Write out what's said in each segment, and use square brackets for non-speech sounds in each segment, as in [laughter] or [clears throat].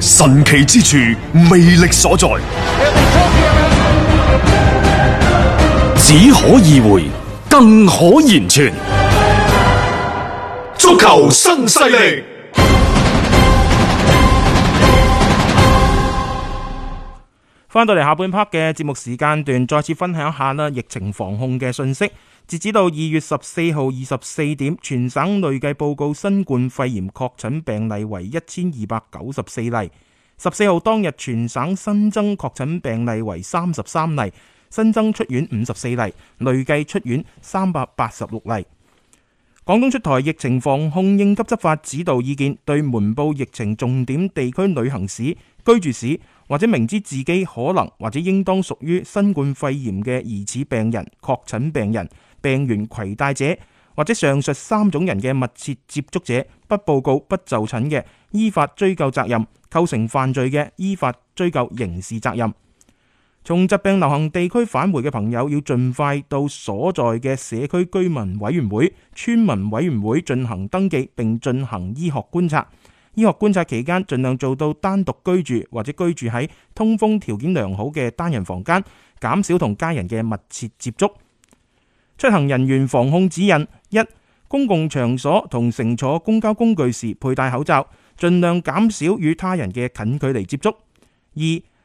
神奇之處，魅力所在，只可意會，更可言傳。足球新勢力，翻到嚟下半 part 嘅節目時間段，再次分享下啦疫情防控嘅信息。截止到二月十四號二十四點，全省累計報告新冠肺炎確診病例為一千二百九十四例。十四號當日全省新增確診病例為三十三例，新增出院五十四例，累計出院三百八十六例。廣東出台疫情防控應急執法指導意見，對瞞報疫情重點地區旅行史、居住史或者明知自己可能或者應當屬於新冠肺炎嘅疑似病人、確診病人、病原攜帶者或者上述三種人嘅密切接觸者，不報告、不就診嘅，依法追究責任；構成犯罪嘅，依法追究刑事責任。從疾病流行地區返回嘅朋友，要盡快到所在嘅社區居民委員會、村民委員會進行登記，並進行醫學觀察。醫學觀察期間，盡量做到單獨居住或者居住喺通風條件良好嘅單人房間，減少同家人嘅密切接觸。出行人員防控指引一：公共場所同乘坐公交工具時佩戴口罩，盡量減少與他人嘅近距離接觸。二、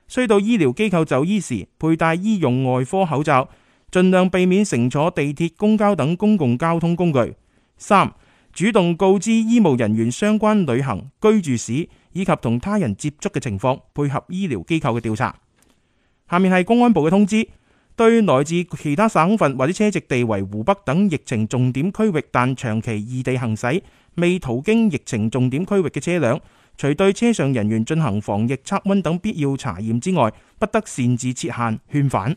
需到醫療機構就醫時，佩戴醫用外科口罩，盡量避免乘坐地鐵、公交等公共交通工具。三、主動告知醫務人員相關旅行、居住史以及同他人接觸嘅情況，配合醫療機構嘅調查。下面係公安部嘅通知，對來自其他省份或者車籍地為湖北等疫情重點區域但長期異地行駛、未途經疫情重點區域嘅車輛，除對車上人員進行防疫測溫等必要查驗之外，不得擅自設限勸返。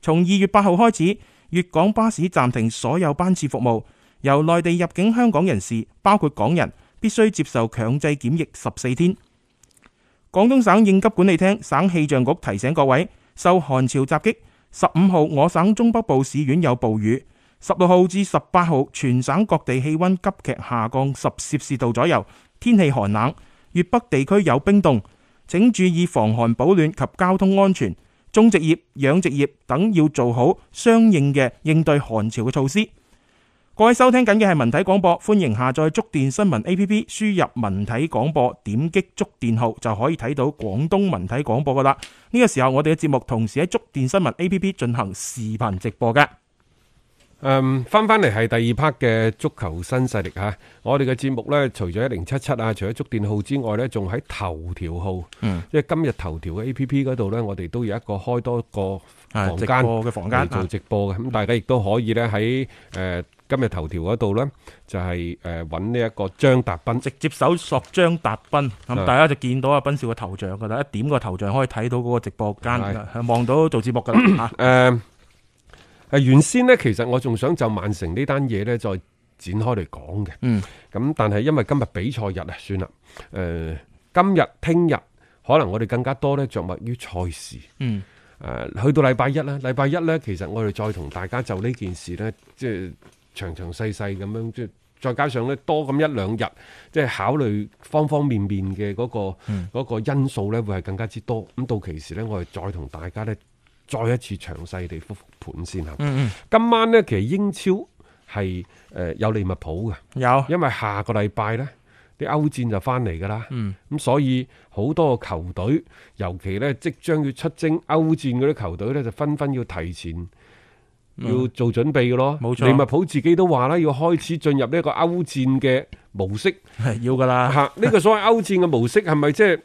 從二月八號開始，粵港巴士暫停所有班次服務，由內地入境香港人士，包括港人，必須接受強制檢疫十四天。廣東省應急管理廳、省氣象局提醒各位，受寒潮襲擊，十五號我省中北部市縣有暴雨，十六號至十八號全省各地氣温急劇下降十攝氏度左右，天氣寒冷，粵北地區有冰凍，請注意防寒保暖及交通安全。種植業、養殖業等要做好相應嘅應對寒潮嘅措施。各位收聽緊嘅係文體廣播，歡迎下載觸電新聞 A P P，輸入文體廣播，點擊觸電號就可以睇到廣東文體廣播噶啦。呢個時候，我哋嘅節目同時喺觸電新聞 A P P 進行視頻直播嘅。誒翻嗯翻嚟係第二 part 嘅足球新勢力嚇、我哋嘅節目呢，除咗一零七七啊，除咗觸電號之外呢，仲喺頭條號，嗯即係今日頭條嘅 A P P 嗰度呢，我哋都有一個開多個啊房直間播嘅房間啊嚟做直播嘅，咁大家亦都可以呢，喺誒、呃今日頭條嗰度呢，就係誒揾呢一個張達斌，直接搜索張達斌，咁啊大家就見到阿斌少嘅頭像噶啦，一點個頭像可以睇到嗰個直播間啊係，望到做節目噶啦 [coughs] 嚇。誒、誒啊原先呢，其實我仲想就曼城呢單嘢呢，再展開嚟講嘅。嗯。咁但係因為今日比賽日啊，算啦。誒、今日、聽日可能我哋更加多呢，着墨於賽事。嗯。誒、去到禮拜一啦，禮拜一呢，其實我哋再同大家就呢件事呢，即係詳詳細細咁樣，即係再加上呢，多咁一兩日，即係考慮方方面面嘅嗰、個嗯嗰個因素呢，會係更加之多。咁到期時呢，我哋再同大家呢，再一次詳細地復復盤先嚇。嗯今晚呢，其實英超係誒、呃有利物浦嘅，嗯，有因為下個禮拜呢，啲歐戰就翻嚟㗎啦。嗯咁所以好多球隊，尤其呢即將要出征歐戰嗰啲球隊呢，就紛紛要提前要做準備嘅咯。嗯冇錯利物浦自己都話啦，要開始進入呢一個歐戰嘅模式。係 [laughs] 要噶啦。嚇、呢個所謂歐戰嘅模式係咪即係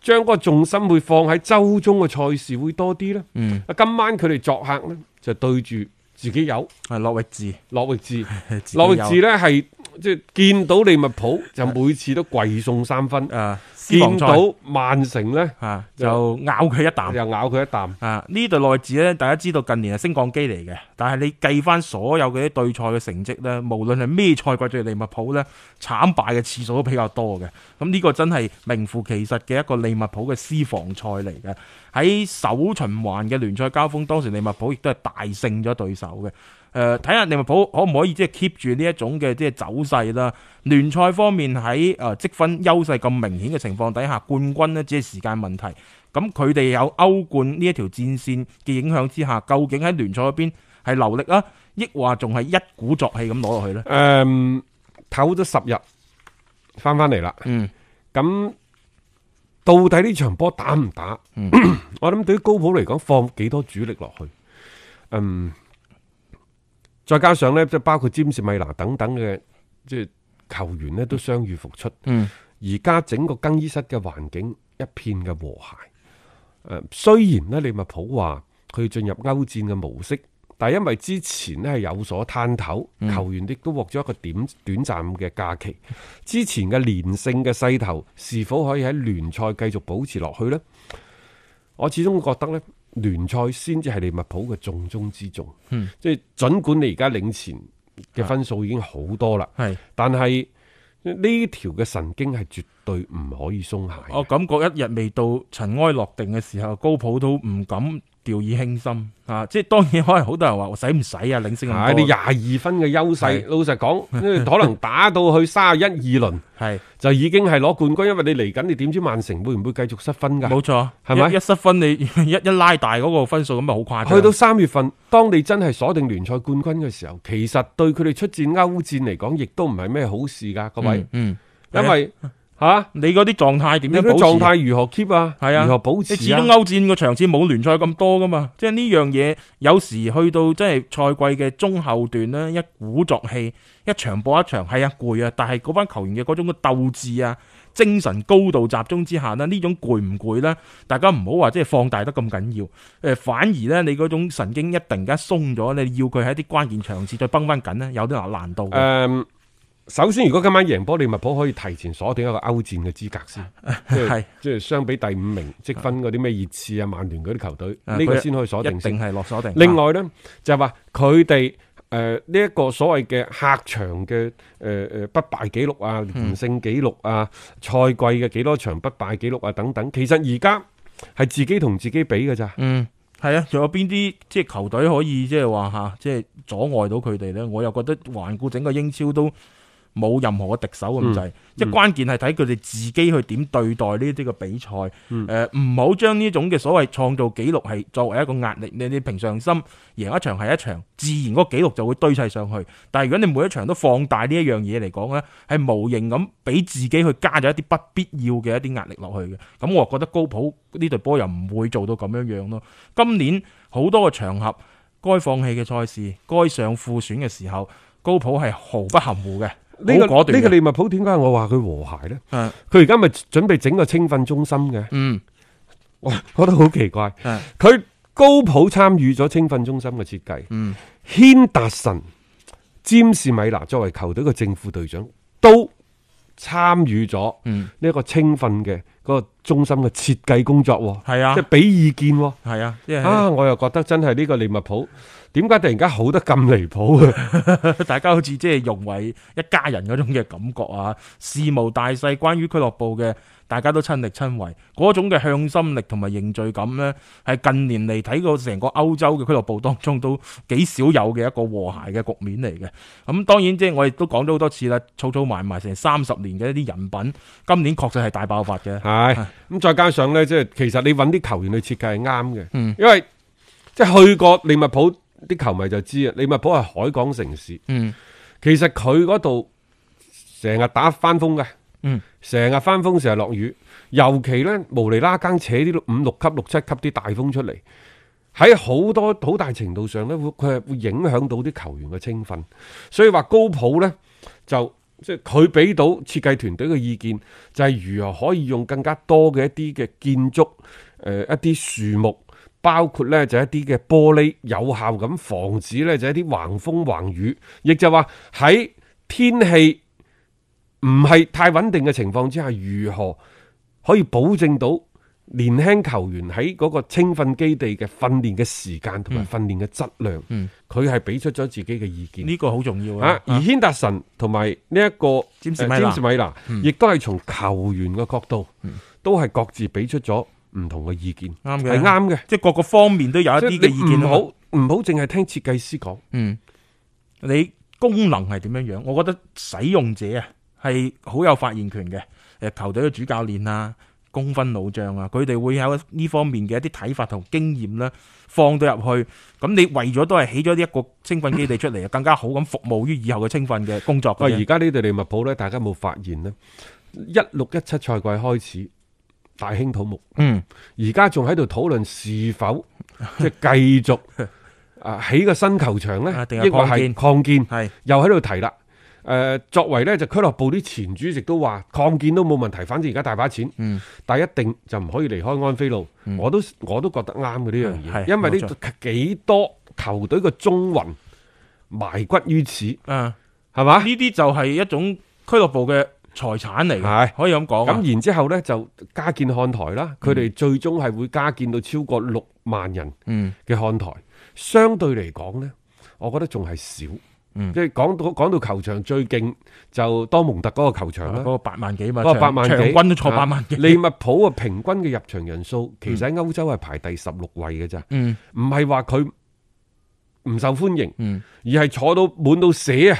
將嗰個重心會放喺周中嘅賽事會多啲呢？嗯，啊今晚佢哋作客呢，就對住自己有係諾域治，諾域 [laughs] 治。係自己有諾域治呢係即係見到利物浦就每次都跪送三分，啊，私見房菜到曼城呢，啊就咬佢一啖。又咬佢一啖。啊！呢隊內子咧，大家知道近年係升降機嚟嘅，但係你計翻所有嗰啲對賽嘅成績咧，無論係咩賽季對利物浦咧，慘敗嘅次數都比較多嘅。咁呢個真係名副其實嘅一個利物浦嘅私房菜嚟嘅。喺首循環嘅聯賽交鋒，當時利物浦亦都係大勝咗對手嘅。誒睇下利物浦可唔可以即係 keep 住呢一種嘅即係走勢啦。聯賽方面喺誒積分優勢咁明顯嘅情況底下，冠軍呢只係時間問題。咁佢哋有歐冠呢一條戰線嘅影響之下，究竟喺聯賽嗰邊係流力啊，抑或仲係一鼓作氣咁攞落去呢？誒、唞咗十日，翻翻嚟啦。嗯，咁到底呢場波打唔打？ [clears throat] 我諗對於高普嚟講，放幾多主力落去？嗯，再加上呢，即係包括詹士米拿等等嘅即係球員呢，都傷愈復出。嗯，而家整個更衣室嘅環境一片嘅和諧。誒、雖然呢，利物浦話佢進入歐戰嘅模式，但係因為之前呢係有所攤頭，嗯球員亦都獲咗一個點短暫嘅假期。之前嘅連勝嘅勢頭是否可以喺聯賽繼續保持落去呢？我始終覺得呢，聯賽先至係利物浦嘅重中之重。嗯啊即係儘管你而家領前嘅分數已經好多啦，係。但係呢條嘅神經係絕對唔可以鬆懈嘅。我感覺一日未到塵埃落定嘅時候，高普都唔敢掉以輕心啊！即係當然，可能好多人話我使唔使啊？領先唉，咁多你廿二分嘅優勢，係老實講， [laughs] 可能打到去三十一二輪係就已經係攞冠軍，因為你嚟緊，你點知曼城會唔會繼續失分㗎？冇錯，係咪一一失分你 [laughs] 一一拉大嗰個分數咁咪好誇張？去到三月份，當你真係鎖定聯賽冠軍嘅時候，其實對佢哋出戰歐戰嚟講，亦都唔係咩好事㗎，各位嗯，嗯，因為嚇、你嗰啲狀態點啊你樣嘅保持？狀態如何 keep 啊？係啊如何保你始持啊終？歐戰個場次冇聯賽咁多噶嘛，即係呢樣嘢有時去到即係賽季嘅中後段呢，一鼓作氣，一場播一場，係啊攰啊，但係嗰班球員嘅嗰種嘅鬥志啊、精神高度集中之下呢，呢種攰唔攰呢？大家唔好話即係放大得咁緊要，誒、呃反而呢，你嗰種神經一突然間鬆咗，你要佢喺啲關鍵場次再崩翻緊呢，有啲難難度嘅。誒、嗯首先，如果今晚贏波，利物浦可以提前鎖定一個歐戰嘅資格先，即 [laughs] 係係即係相比第五名積分嗰啲咩熱刺啊、曼聯嗰啲球隊，啊呢個佢先可以鎖一定先定。係落鎖定。另外呢，就係話佢哋誒呢一個所謂嘅客場嘅誒誒不敗記錄啊、連勝記錄啊、賽季嘅幾多場不敗記錄啊等等，其實而家係自己同自己比嘅咋。嗯，係啊，仲有邊啲即係球隊可以即係話吓，即係阻礙到佢哋呢？我又覺得環顧整個英超都冇任何嘅敵手咁滯，嗯即係關鍵係睇佢哋自己去點對待呢啲嘅比賽。誒、嗯唔好將呢種嘅所謂創造紀錄係作為一個壓力。你你平常心贏一場係一場，自然嗰個紀錄就會堆砌上去。但係如果你每一場都放大呢一樣嘢嚟講呢係無形咁俾自己去加咗一啲不必要嘅一啲壓力落去嘅。咁我覺得高普呢隊波又唔會做到咁樣樣咯。今年好多個場合，該放棄嘅賽事，該上副選嘅時候，高普係毫不含糊嘅，呢、個好果呢斷個嘅。利物浦點解我話佢和諧呢？嗯佢而家咪準備整個青訓中心嘅，嗯，我覺得好奇怪。係佢高普參與咗青訓中心嘅設計，嗯，軒達臣、詹士米拿作為球隊嘅正副隊長都參與咗嗯呢一個青訓嘅嗰個中心嘅設計工作喎，係啊即係俾意見喎。係啊，即係、啊！我又覺得真係呢個利物浦點解突然間好得咁離譜啊？ [laughs] 大家好似即係融為一家人嗰種嘅感覺啊，事無大細，關於俱樂部嘅，大家都親力親為，嗰種嘅向心力同埋凝聚感呢，係近年嚟睇過成個歐洲嘅俱樂部當中都幾少有嘅一個和諧嘅局面嚟嘅。咁、當然即係我亦都講咗好多次啦，儲儲埋埋成三十年嘅一啲人品，今年確實係大爆發嘅。係啊咁，再加上呢，即係其實你揾啲球員去設計係啱嘅，嗯因為即係去過利物浦啲球迷就知啊，利物浦係海港城市，嗯其實佢嗰度成日打翻風嘅，嗯，成日翻風，成日落雨，尤其呢，無厘啦更扯啲六五六級、六七級啲大風出嚟，喺好多好大程度上呢，會佢係會影響到啲球員嘅青訓，所以話高普呢，就即係佢俾到設計團隊嘅意見，就係、如何可以用更加多嘅一啲嘅建築，誒、呃一啲樹木。包括呢就一啲嘅玻璃有效咁防止呢就一啲橫風橫雨，亦就話喺天氣唔係太穩定嘅情況之下，如何可以保證到年輕球員喺嗰個青訓基地嘅訓練嘅時間同埋訓練嘅質量，佢係俾出咗自己嘅意見。呢個好重要啊啊！！而軒達臣同埋呢一個詹士呃米拿嗯詹士米拿，亦都係從球員嘅角度，都係各自俾出咗唔同嘅意見，啱嘅係啱嘅。即係各個方面都有一即啲嘅係意你見唔啊好嘛唔好淨係聽設計師講，嗯，你功能係點樣樣？我覺得使用者啊係好有發言權嘅。誒，球隊嘅主教練啊、功勳老將啊，佢哋會有呢方面嘅一啲睇法同經驗啦，放到入去。咁你為咗都係起咗呢一個青訓基地出嚟，更加好咁服務於以後嘅青訓嘅工作嘅喂，啫。啊而家呢隊利物浦呢，大家有冇發現呢？一六一七賽季開始大興土木，嗯，而家仲喺度討論是否即係繼 [laughs] 續啊起個新球場啊呢，定係抑或擴係建擴建，係又喺度提啦。誒、作為呢，就俱樂部啲前主席都話擴建都冇問題，反正而家大把錢，嗯但係一定就唔可以離開安菲路。我都我都覺得啱嘅呢係樣嘢，因為嗯冇呢幾多球隊嘅中雲埋骨於此，啊，係嘛？呢啲就係一種俱樂部嘅財產嚟嘅係，可以咁講啊。咁然之後呢，就加建看台啦，佢哋最終係會加建到超過六萬人嗯嘅看台，相對嚟講呢，我覺得仲係少。嗯即係講到講到球場最勁就多蒙特嗰個球場啊嗰啦，個八萬幾嘛，嗰個八萬幾，場均都坐八萬幾啊。利物浦嘅平均嘅入場人數其實喺歐洲係排第十六位嘅咋，嗯唔係話佢唔受歡迎，嗯，而係坐到滿到瀉啊，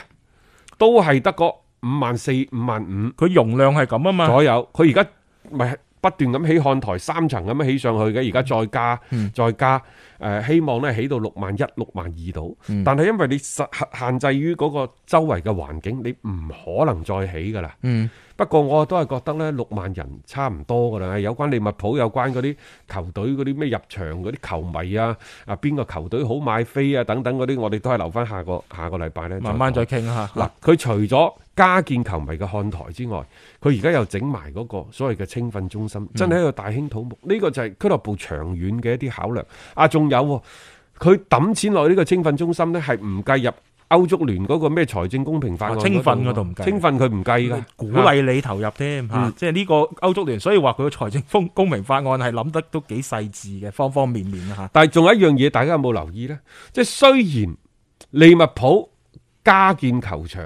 都係得個五萬四、五萬五。佢容量係咁啊嘛。左右。佢而家咪不斷咁起看台三層咁樣起上去嘅，而家再加、嗯再加誒、呃希望咧起到六萬一、六萬二度。嗯但係因為你實限制於嗰個周圍嘅環境，你唔可能再起㗎啦。嗯不過我都係覺得咧，六萬人差唔多㗎啦。有關利物浦、有關嗰啲球隊嗰啲咩入場嗰啲球迷啊，啊邊個球隊好買飛啊等等嗰啲，我哋都係留翻下個下個禮拜咧，慢慢講再傾啦嚇。嗱，佢除咗加建球迷嘅看台之外，佢而家又整埋嗰個所謂嘅青訓中嗯心，真係一個大興土木。呢、個就係俱樂部長遠嘅一啲考量。啊，仲有喎佢抌錢落呢個青訓中心呢，係唔計入歐足聯嗰個咩財政公平法案啊嗰青訓喎嗰度唔計青訓佢唔計㗎，啊鼓勵你投入添嚇，即係呢個歐足聯，所以話佢個財政公公平法案係諗得都幾細緻嘅，方方面面啊嚇。但係仲有一樣嘢，大家有冇留意呢？即係雖然利物浦加建球場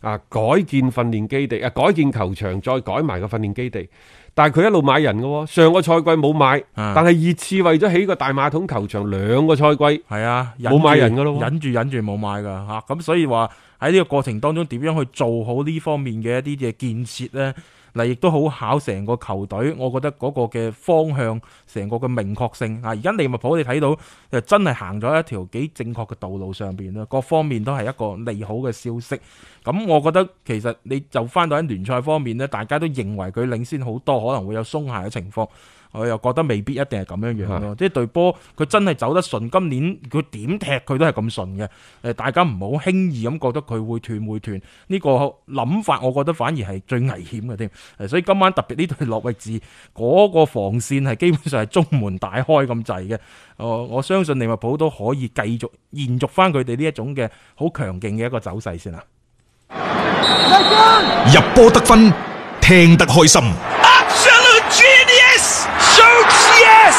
啊，改建訓練基地啊，改建球場再改埋個訓練基地，但係佢一路買人嘅喎。上個賽季冇買，啊但係熱刺為咗起個大馬桶球場，兩個賽季係啊，忍冇住買人㗎咯喎忍住忍住冇買㗎嚇，咁所以話喺呢個過程當中點樣去做好呢方面嘅一啲嘅建設呢？嗱，亦都好考成個球隊，我覺得嗰個嘅方向，成個嘅明確性啊！而家利物浦你睇到誒真係行咗一條幾正確嘅道路上邊啦，各方面都係一個利好嘅消息。咁我覺得其實你就翻到喺聯賽方面呢，大家都認為佢領先好多，可能會有鬆懈嘅情況。我又覺得未必一定係咁樣樣啊咯，即係隊波佢真係走得順，今年佢點踢佢都係咁順嘅。誒，大家唔好輕易咁覺得佢會斷會斷，呢、個諗法我覺得反而係最危險嘅添。誒，所以今晚特別呢隊諾域治嗰個防線係基本上係中門大開咁滯嘅。我我相信利物浦都可以繼續延續翻佢哋呢一種嘅好強勁嘅一個走勢先啊啦。入波得分，聽得開心。 Absolute genius! Shoots yes!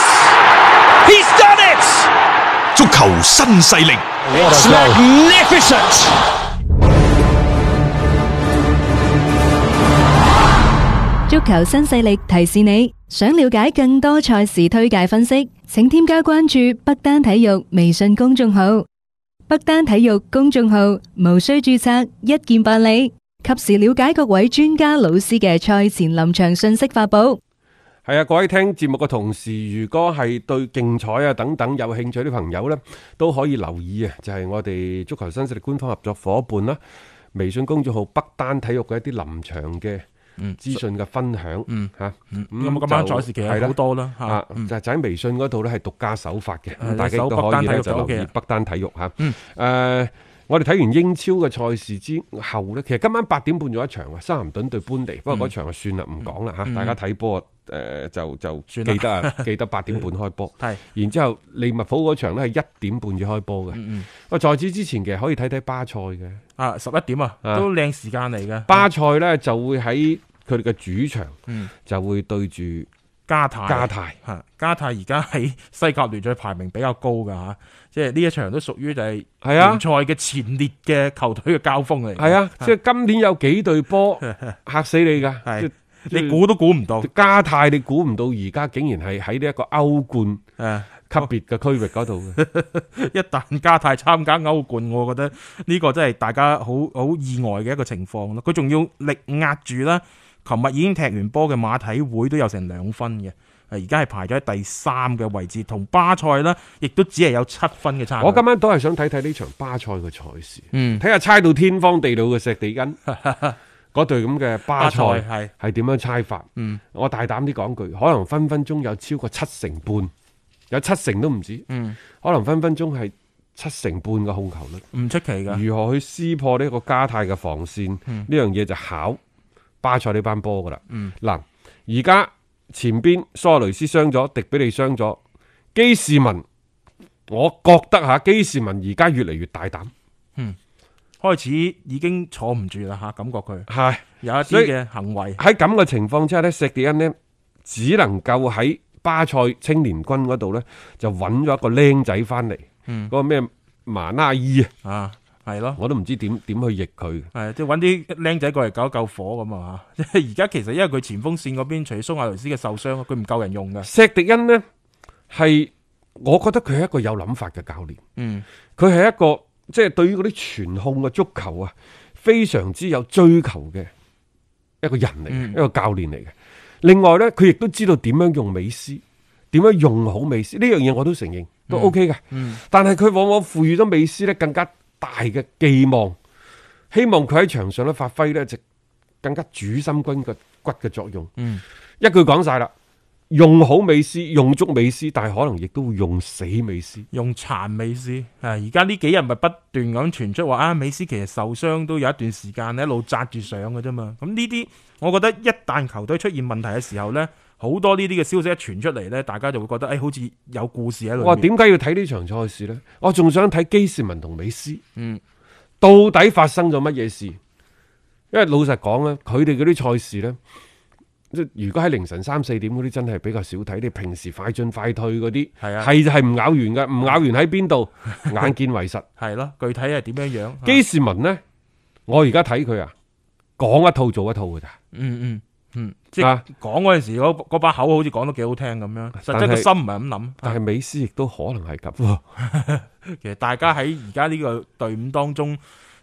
He's done it! 足球新勢力， It's magnificent! 足球新勢力提示你，想了解更多賽事推介分析，請添加關注北單體育微信公眾號。北單體育公眾號無需註冊，一鍵辦理，及時了解各位專家老師嘅賽前臨場信息發布。係啊，各位聽節目嘅同時，如果係對競彩啊等等有興趣啲朋友呢，都可以留意啊，就係、我哋足球新勢力官方合作伙伴啦，微信公眾號北單體育嘅一啲臨場嘅資訊嘅分享，嗯嚇，咁啊，今晚賽事其係實啦好多啦嚇。啊，就就喺微信嗰度咧係獨家首發嘅，係咁大家亦都可以咧就留意搜北單體育嚇。嗯誒，我哋睇完英超嘅賽事之嗯後呢，其實今晚八點半仲有一場啊，沙咸頓對般尼，不過嗰場就算啦，唔講啦嚇，大家睇波啊誒就就算啦記 [laughs] 得啊，記得八點半開波。係然之後利物浦嗰場咧係一點半至開波嘅。嗯喂，在此之前其實可以睇睇巴塞嘅，啊十一點啊，啊都靚時間嚟嘅。巴塞咧就會喺佢哋嘅主場嗯就會對住加泰加泰。嚇，加泰而家喺西甲聯賽排名比較高㗎嚇，即係呢一場都屬於就係係啊聯賽嘅前列嘅球隊嘅交鋒嚟。係 [laughs] 啊，即係今年有幾隊波嚇死你㗎，係即你估都估唔到 [laughs] 即。加泰你估唔到而家竟然係喺呢一個歐冠誒，級別嘅區域嗰度 [laughs] 嘅，啊一旦加泰參加歐冠，我覺得呢個真係大家好好意外嘅一個情況咯。佢仲要力壓住啦，琴日已經踢完波嘅馬體會都有成兩分嘅。誒而家係排咗喺第三嘅位置，同巴塞呢亦都只係有七分嘅差距。我今晚都係想睇睇呢場巴塞嘅賽事，嗯睇下猜到天荒地老嘅石地 [laughs] 根嗰隊咁嘅巴塞巴塞係係點樣猜法？嗯我大膽啲講句，可能分分鐘有超過七成半，有七成都唔止，嗯可能分分鐘係七成半嘅控球率。唔出奇㗎，如何去撕破呢個加泰嘅防線？呢樣嘢就考巴塞呢班波噶啦。嗱、而家前邊蘇亞雷斯傷咗，迪比利傷咗，基士文，我覺得吓基士文而家越嚟越大膽，開始已經坐唔住啦嚇，感覺佢係有一所啲以嘅行為。喺咁嘅情況之下呢，石地恩呢，只能夠喺巴塞青年軍嗰度呢，就揾咗一個僆仔翻嚟，嗰、個咩馬拉伊啊，啊，係咯，我都唔知點點去譯佢。係即係揾啲僆仔過嚟救一救火咁啊！ [laughs] 即係而家其實因為佢前鋒線嗰邊，除咗蘇亞雷斯嘅受傷，佢唔夠人啊用嘅。石迪恩呢，係我覺得佢係一個有諗法嘅教練，嗯，佢係一個即係、對於嗰啲傳控嘅足球啊，非常之有追求嘅一個人嚟，嗯嘅，一個教練嚟嘅。另外呢，佢亦都知道點樣用美斯，點樣用好美斯呢樣嘢，我都承認嗯都 OK 嘅。但係佢往往賦予咗美斯呢更加大嘅寄望，希望佢喺場上咧發揮呢就更加主心軍嘅骨嘅作用。嗯一句講晒啦。用好美斯，用足美斯，但係可能亦都會用死美斯。用殘美斯啊！而家呢幾日咪不斷咁傳出話啊，美斯其實受傷都有一段時間，一路扎住上嘅啫嘛。咁呢啲，我覺得一旦球隊出現問題嘅時候呢，好多呢啲嘅消息一傳出嚟呢，大家就會覺得誒、哎好似有故事喺我話裏面。點解要睇呢場賽事呢？我仲想睇基士文同美斯，嗯，到底發生咗乜嘢事？因為老實講咧，佢哋嗰啲賽事呢，即係如果喺凌晨三四點嗰啲，真係比較少睇。你平時快進快退嗰啲，係啊係就係唔咬完嘅，唔咬完喺邊 [laughs] 度？眼見為實。係咯，具體係點樣樣？啊基士文呢，我而家睇佢啊，講一套做一套㗎咋。嗯嗯嗯，即係啊講嗰陣時嗰嗰把口好似講得幾好聽咁樣，實際但個係心唔係咁諗。但係美斯亦都可能係咁 [laughs] 喎。其實大家喺而家呢個隊伍當中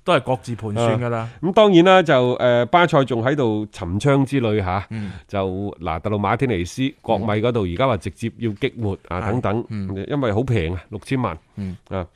都係各自盤算噶啦。咁當然啦，就誒、呃巴塞仲喺度尋槍之旅嚇，嗯就嗱特魯馬天尼斯國米嗰度而家話直接要激活嗯啊等等，因為好平啊，六千萬啊，嗯咁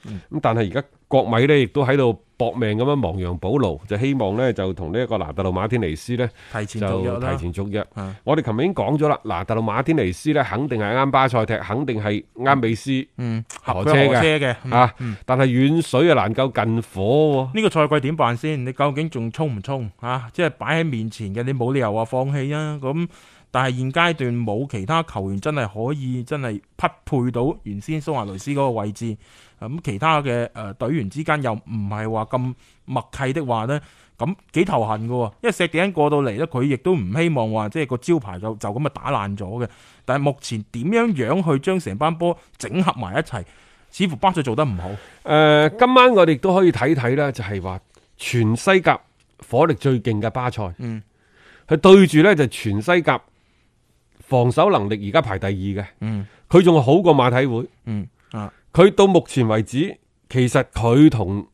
但係而家國米呢，亦都喺度搏命咁樣亡羊補牢，就希望呢，就同呢一個拿特魯馬天尼斯呢，提前續約就啦提前續約啊。我哋琴日已經講咗啦，拿特魯馬天尼斯呢，肯定係啱巴塞踢，肯定係啱美斯嗯，何合車約何車嘅嘅。嗯啊，但係遠水啊難救近火喎。呢個賽季點辦先？你究竟仲衝唔衝啊？即係擺喺面前嘅，你冇理由話放棄啊！咁但係現階段冇其他球員真係可以真係匹配到原先蘇亞雷斯嗰個位置。咁、其他嘅誒隊員之間又唔係話咁默契的話呢，咁幾頭痕嘅喎。因為石地恩過到嚟呢，佢亦都唔希望話即係個招牌就就咁啊打爛咗嘅。但係目前點樣樣去將成班波整合埋一齊，似乎巴塞做得唔好。誒、呃今晚我哋都可以睇睇啦，就係話全西甲火力最勁嘅巴塞，嗯，佢對住呢就全西甲防守能力而家排第二嘅，嗯，佢仲好過馬體會，嗯啊，佢到目前為止，其實佢同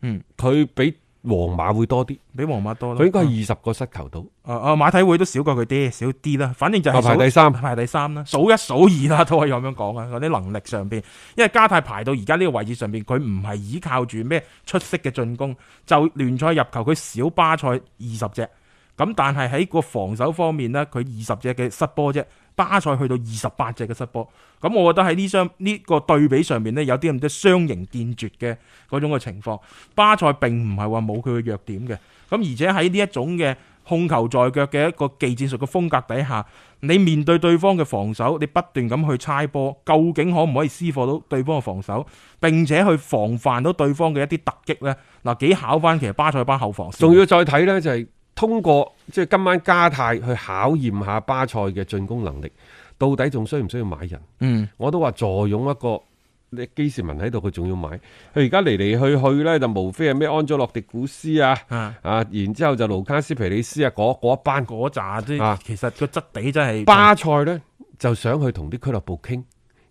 嗯佢比皇馬會多啲，比皇馬多啦。佢應該係二十個失球到，啊啊，馬體會都少過佢啲，少啲啦。反正就係啊排數第三排第三啦，數一數二啦，都可以咁樣講啊。嗰啲能力上邊，因為加泰排到而家呢個位置上邊，佢唔係依靠住咩出色嘅進攻，就聯賽入球佢少巴塞二十隻，咁但係喺個防守方面呢，佢二十隻嘅失波啫，巴塞去到二十八隻嘅失波。咁我覺得喺呢雙呢個對比上面呢，有啲咁多雙形見絕嘅嗰種嘅情況。巴塞並唔係話冇佢嘅弱點嘅，咁而且喺呢一種嘅控球在腳嘅一個技戰術嘅風格底下，你面對對方嘅防守，你不斷咁去猜波，究竟可唔可以撕破到對方嘅防守，並且去防範到對方嘅一啲突擊呢？嗱，幾考翻其實巴塞班後防線仲要再睇呢，就係、通過即係今晚加泰去考驗下巴塞嘅進攻能力，到底仲需唔需要買人？嗯，我都話坐擁一個。你基士文喺度，佢仲要買。佢而家嚟嚟去去呢，就無非係咩安佐洛迪古斯啊，啊啊，然之後就盧卡斯皮里斯啊，嗰嗰一班嗰扎即啊其實個質地真係巴塞呢，就想去同啲俱樂部傾，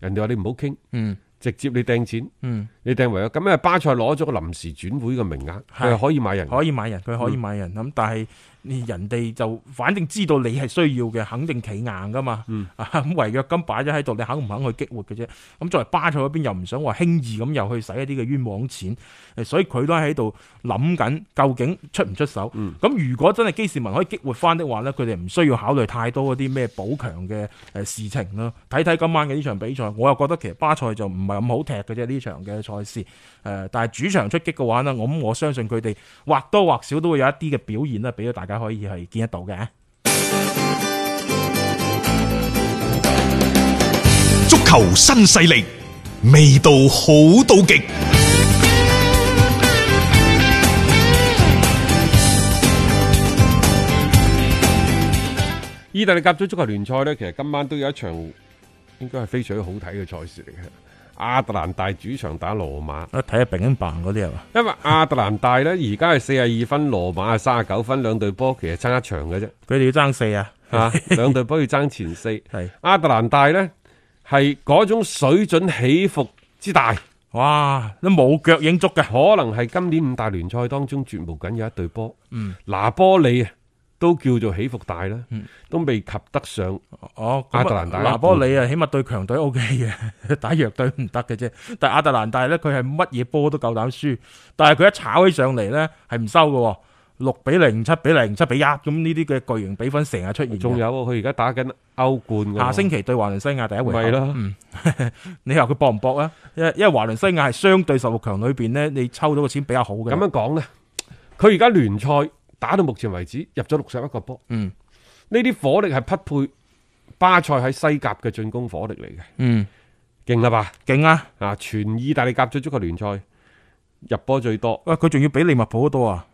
人哋話你唔好傾，嗯直接你掟錢，嗯你掟為咗咁啊！巴塞攞咗個臨時轉會嘅名額，係佢係可以買人，嗯可以買人，佢可以買人咁，但係人哋就反正知道你係需要嘅，肯定企硬噶嘛。嗯 [laughs] 啊咁違約金擺咗喺度，你肯唔肯去激活嘅啫？咁作為巴塞嗰邊又唔想話輕易咁又去使一啲嘅冤枉錢，誒所以佢都喺度諗緊究竟出唔出手。咁、嗯如果真係基士文可以激活翻的話呢佢哋唔需要考慮太多嗰啲咩補強嘅誒呃事情咯。睇睇今晚嘅呢場比賽，我又覺得其實巴塞就唔係咁好踢嘅啫呢場嘅賽事。誒、但係主場出擊嘅話呢，我咁我相信佢哋或多或少都會有一啲嘅表現咧，俾到大家可以係見得到嘅。足球新勢力，味道好到極。意大利甲組足球聯賽呢，其實今晚都有一場應該係非常之好睇嘅賽事嚟嘅。亞特蘭大主場打羅馬，一睇下丙英棒嗰啲係嘛？因為亞特蘭大呢而家係四十二分，羅馬係三十九分，兩隊波其實爭一場嘅啫，佢哋要爭四啊！ [laughs] 啊，兩隊波要爭前四。係亞特蘭大呢係嗰種水準起伏之大，哇，都冇腳影足啊嘅。可能係今年五大聯賽當中絕無僅有一隊波。嗯，拿波利啊，都叫做起伏大啦，都未及得上。哦，嗯咁啊亞特蘭大拿波里啊，起碼對強隊 O K 嘅， [laughs] 打弱隊唔得嘅啫。但係亞特蘭大咧，佢係乜嘢波都夠膽輸，但係佢一炒起上嚟咧，係唔收嘅喎，六比零、七比零、七比一咁呢啲嘅巨型比分成日出現嘅。仲有啊佢而家打緊歐冠㗎喎下星期對華倫西亞第一回合，咪咯嗯，你話佢搏唔搏啊？因為因為華倫西亞係相對十六強裏邊咧，你抽到嘅錢比較好嘅。咁啊樣講呢，佢而家聯賽打到目前為止入咗六十一個波，嗯呢啲火力係匹配巴塞喺西甲嘅進攻火力嚟嘅，嗯，勁啦吧？勁啊！啊，全意大利甲組足球聯賽入波最多，喂，佢仲要比利物浦多啊！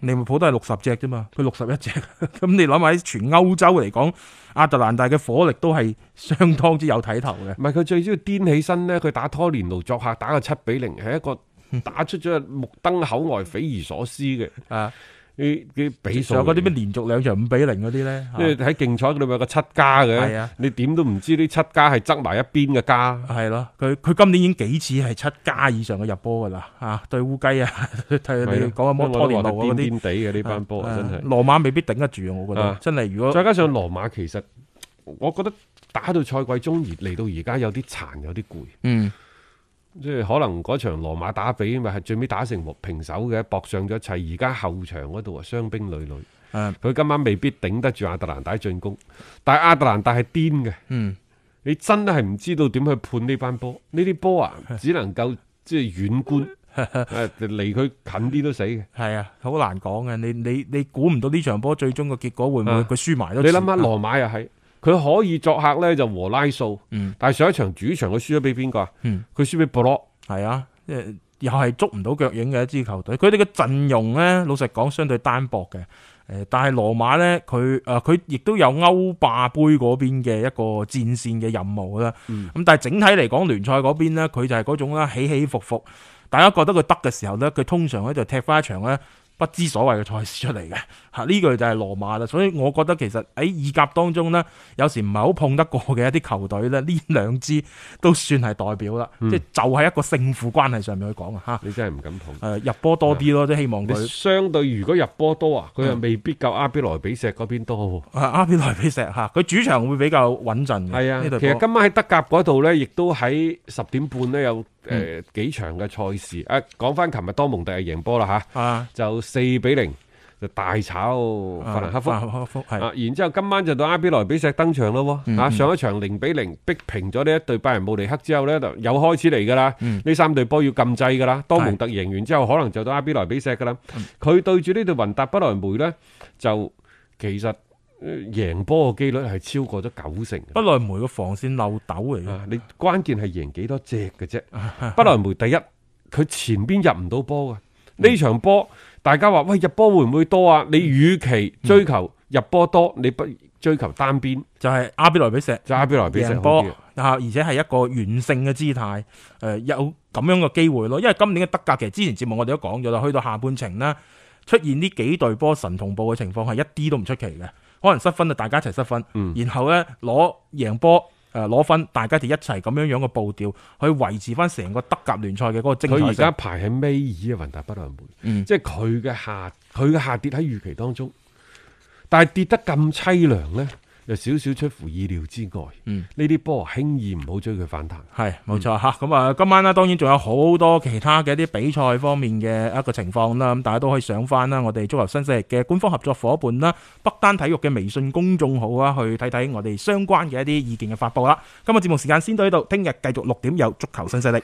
利物浦都係六十隻啫嘛，佢六十一隻， [laughs] 咁你諗下喺全歐洲嚟講，亞特蘭大嘅火力都係相當之有睇頭嘅。唔係佢最主要癲起身呢，佢打拖連奴作客打個七比零，係一個嗯打出咗目瞪口呆、匪夷所思嘅啊，啲啲比數仲有嚟嘅。嗰啲咩連續兩場五比零嗰啲啊咧，即係喺競賽嗰度咪有個七加係嘅，啊你點都唔知呢七加係側埋一邊嘅加。係咯，佢佢今年已經幾次係七加以上嘅入波㗎啦，啊，對烏雞啊， [laughs] 睇係你咯講緊摩因為拖我都連話奴佢啊嗰啲癲癲地嘅呢班波啊真係。羅馬未必頂得住啊！我覺得啊真係，如果再加上羅馬其實，我覺得打到賽季中而嚟到而家有啲殘，有啲攰。嗯即係可能嗰場羅馬打比咪係最尾打成和平手嘅，搏上咗一切。而家後場嗰度啊，傷兵累累。誒佢今晚未必頂得住亞特蘭大進攻，但係亞特蘭大係癲嘅，嗯你真係唔知道點去判呢班波。呢啲 [laughs] 波啊，只能夠即係遠觀，誒離佢近啲都死嘅。係啊，好難講嘅。你你你估唔到呢場波最終嘅結果會唔會啊佢輸埋都你遲諗下，羅馬又係佢可以作客呢就和拉數，嗯但係上一場主場佢輸咗俾邊個啊？嗯佢輸俾博洛。係啊，即係又係捉唔到腳影嘅一支球隊。佢哋嘅陣容呢，老實講相對單薄嘅。誒，呃但係羅馬呢，佢誒佢亦都有歐霸杯嗰邊嘅一個戰線嘅任務啦。咁、但係整體嚟講，聯賽嗰邊呢，佢就係嗰種啦，起起伏伏。大家覺得佢得嘅時候呢，佢通常咧就踢翻一場呢不知所謂嘅賽事出嚟嘅。 [laughs] 嚇，呢個就係羅馬啦。所以我覺得其實喺意甲當中呢，有時唔係好碰得過嘅一啲球隊呢，呢兩支都算係代表啦，即係就係一個勝負關係上面去講啊嚇。你真係唔敢碰。誒、入波多啲咯，即係希望你佢相對如果入波多啊，嗯佢又未必夠阿比萊比錫嗰邊多啊阿比萊比錫嚇，佢主場會比較穩陣嘅。喎。係啊，嗯呢隊其實波今晚喺德甲嗰度呢，亦都喺十點半呢有嗯誒幾場嘅賽事。啊，講翻琴日多蒙特係贏波啦吓，啊，就四比零就大炒法蘭克福。法蘭克福係啊，然之後今晚就到阿比萊比錫登場咯喎，啊上一場零比零逼平咗呢一隊拜仁慕尼黑之後呢，就又開始嚟噶啦，呢、三隊波要禁制噶啦，多蒙特贏完之後可能就到阿比萊比錫噶啦，佢、對住呢隊雲達不萊梅呢，就其實呃贏波嘅機率係超過咗九成嘅。不萊梅個防線漏斗嚟嘅，啊！你關鍵係贏幾多隻 [laughs] 嘅啫。啊不萊梅第一，佢前邊入唔到波嘅啊呢場波，大家話喂入波會唔會多啊？你嗯與其追求入波多，你不如追求單邊就係阿比萊比石揸比來比石贏好波啲啊啊，而且係一個完勝嘅姿態，誒、有咁樣嘅機會咯。因為今年嘅德甲其實之前節目我哋都講咗啦，去到下半程啦，出現呢幾隊波神同步嘅情況係一啲都唔出奇嘅，可能失分就大家一齊失分，嗯然後呢，攞贏波。誒攞分，大家就一齊咁樣樣嘅步調，去維持翻成個德甲聯賽嘅嗰個精彩佢性而家排喺尾二啊，雲達不萊梅，嗯即係佢嘅下佢嘅下跌喺預期當中，但係跌得咁凄涼呢，有少少出乎意料之外。嗯呢啲波啊輕易唔好追佢反彈。係冇錯吓，咁啊今晚啦，當然仲有好多其他嘅一啲比賽方面嘅一個情況啦，咁大家都可以上翻啦，我哋足球新勢力嘅官方合作伙伴啦，北單體育嘅微信公眾號啊，去睇睇我哋相關嘅一啲意見嘅發布啦。今日節目時間先到呢度，聽日繼續六點有足球新勢力。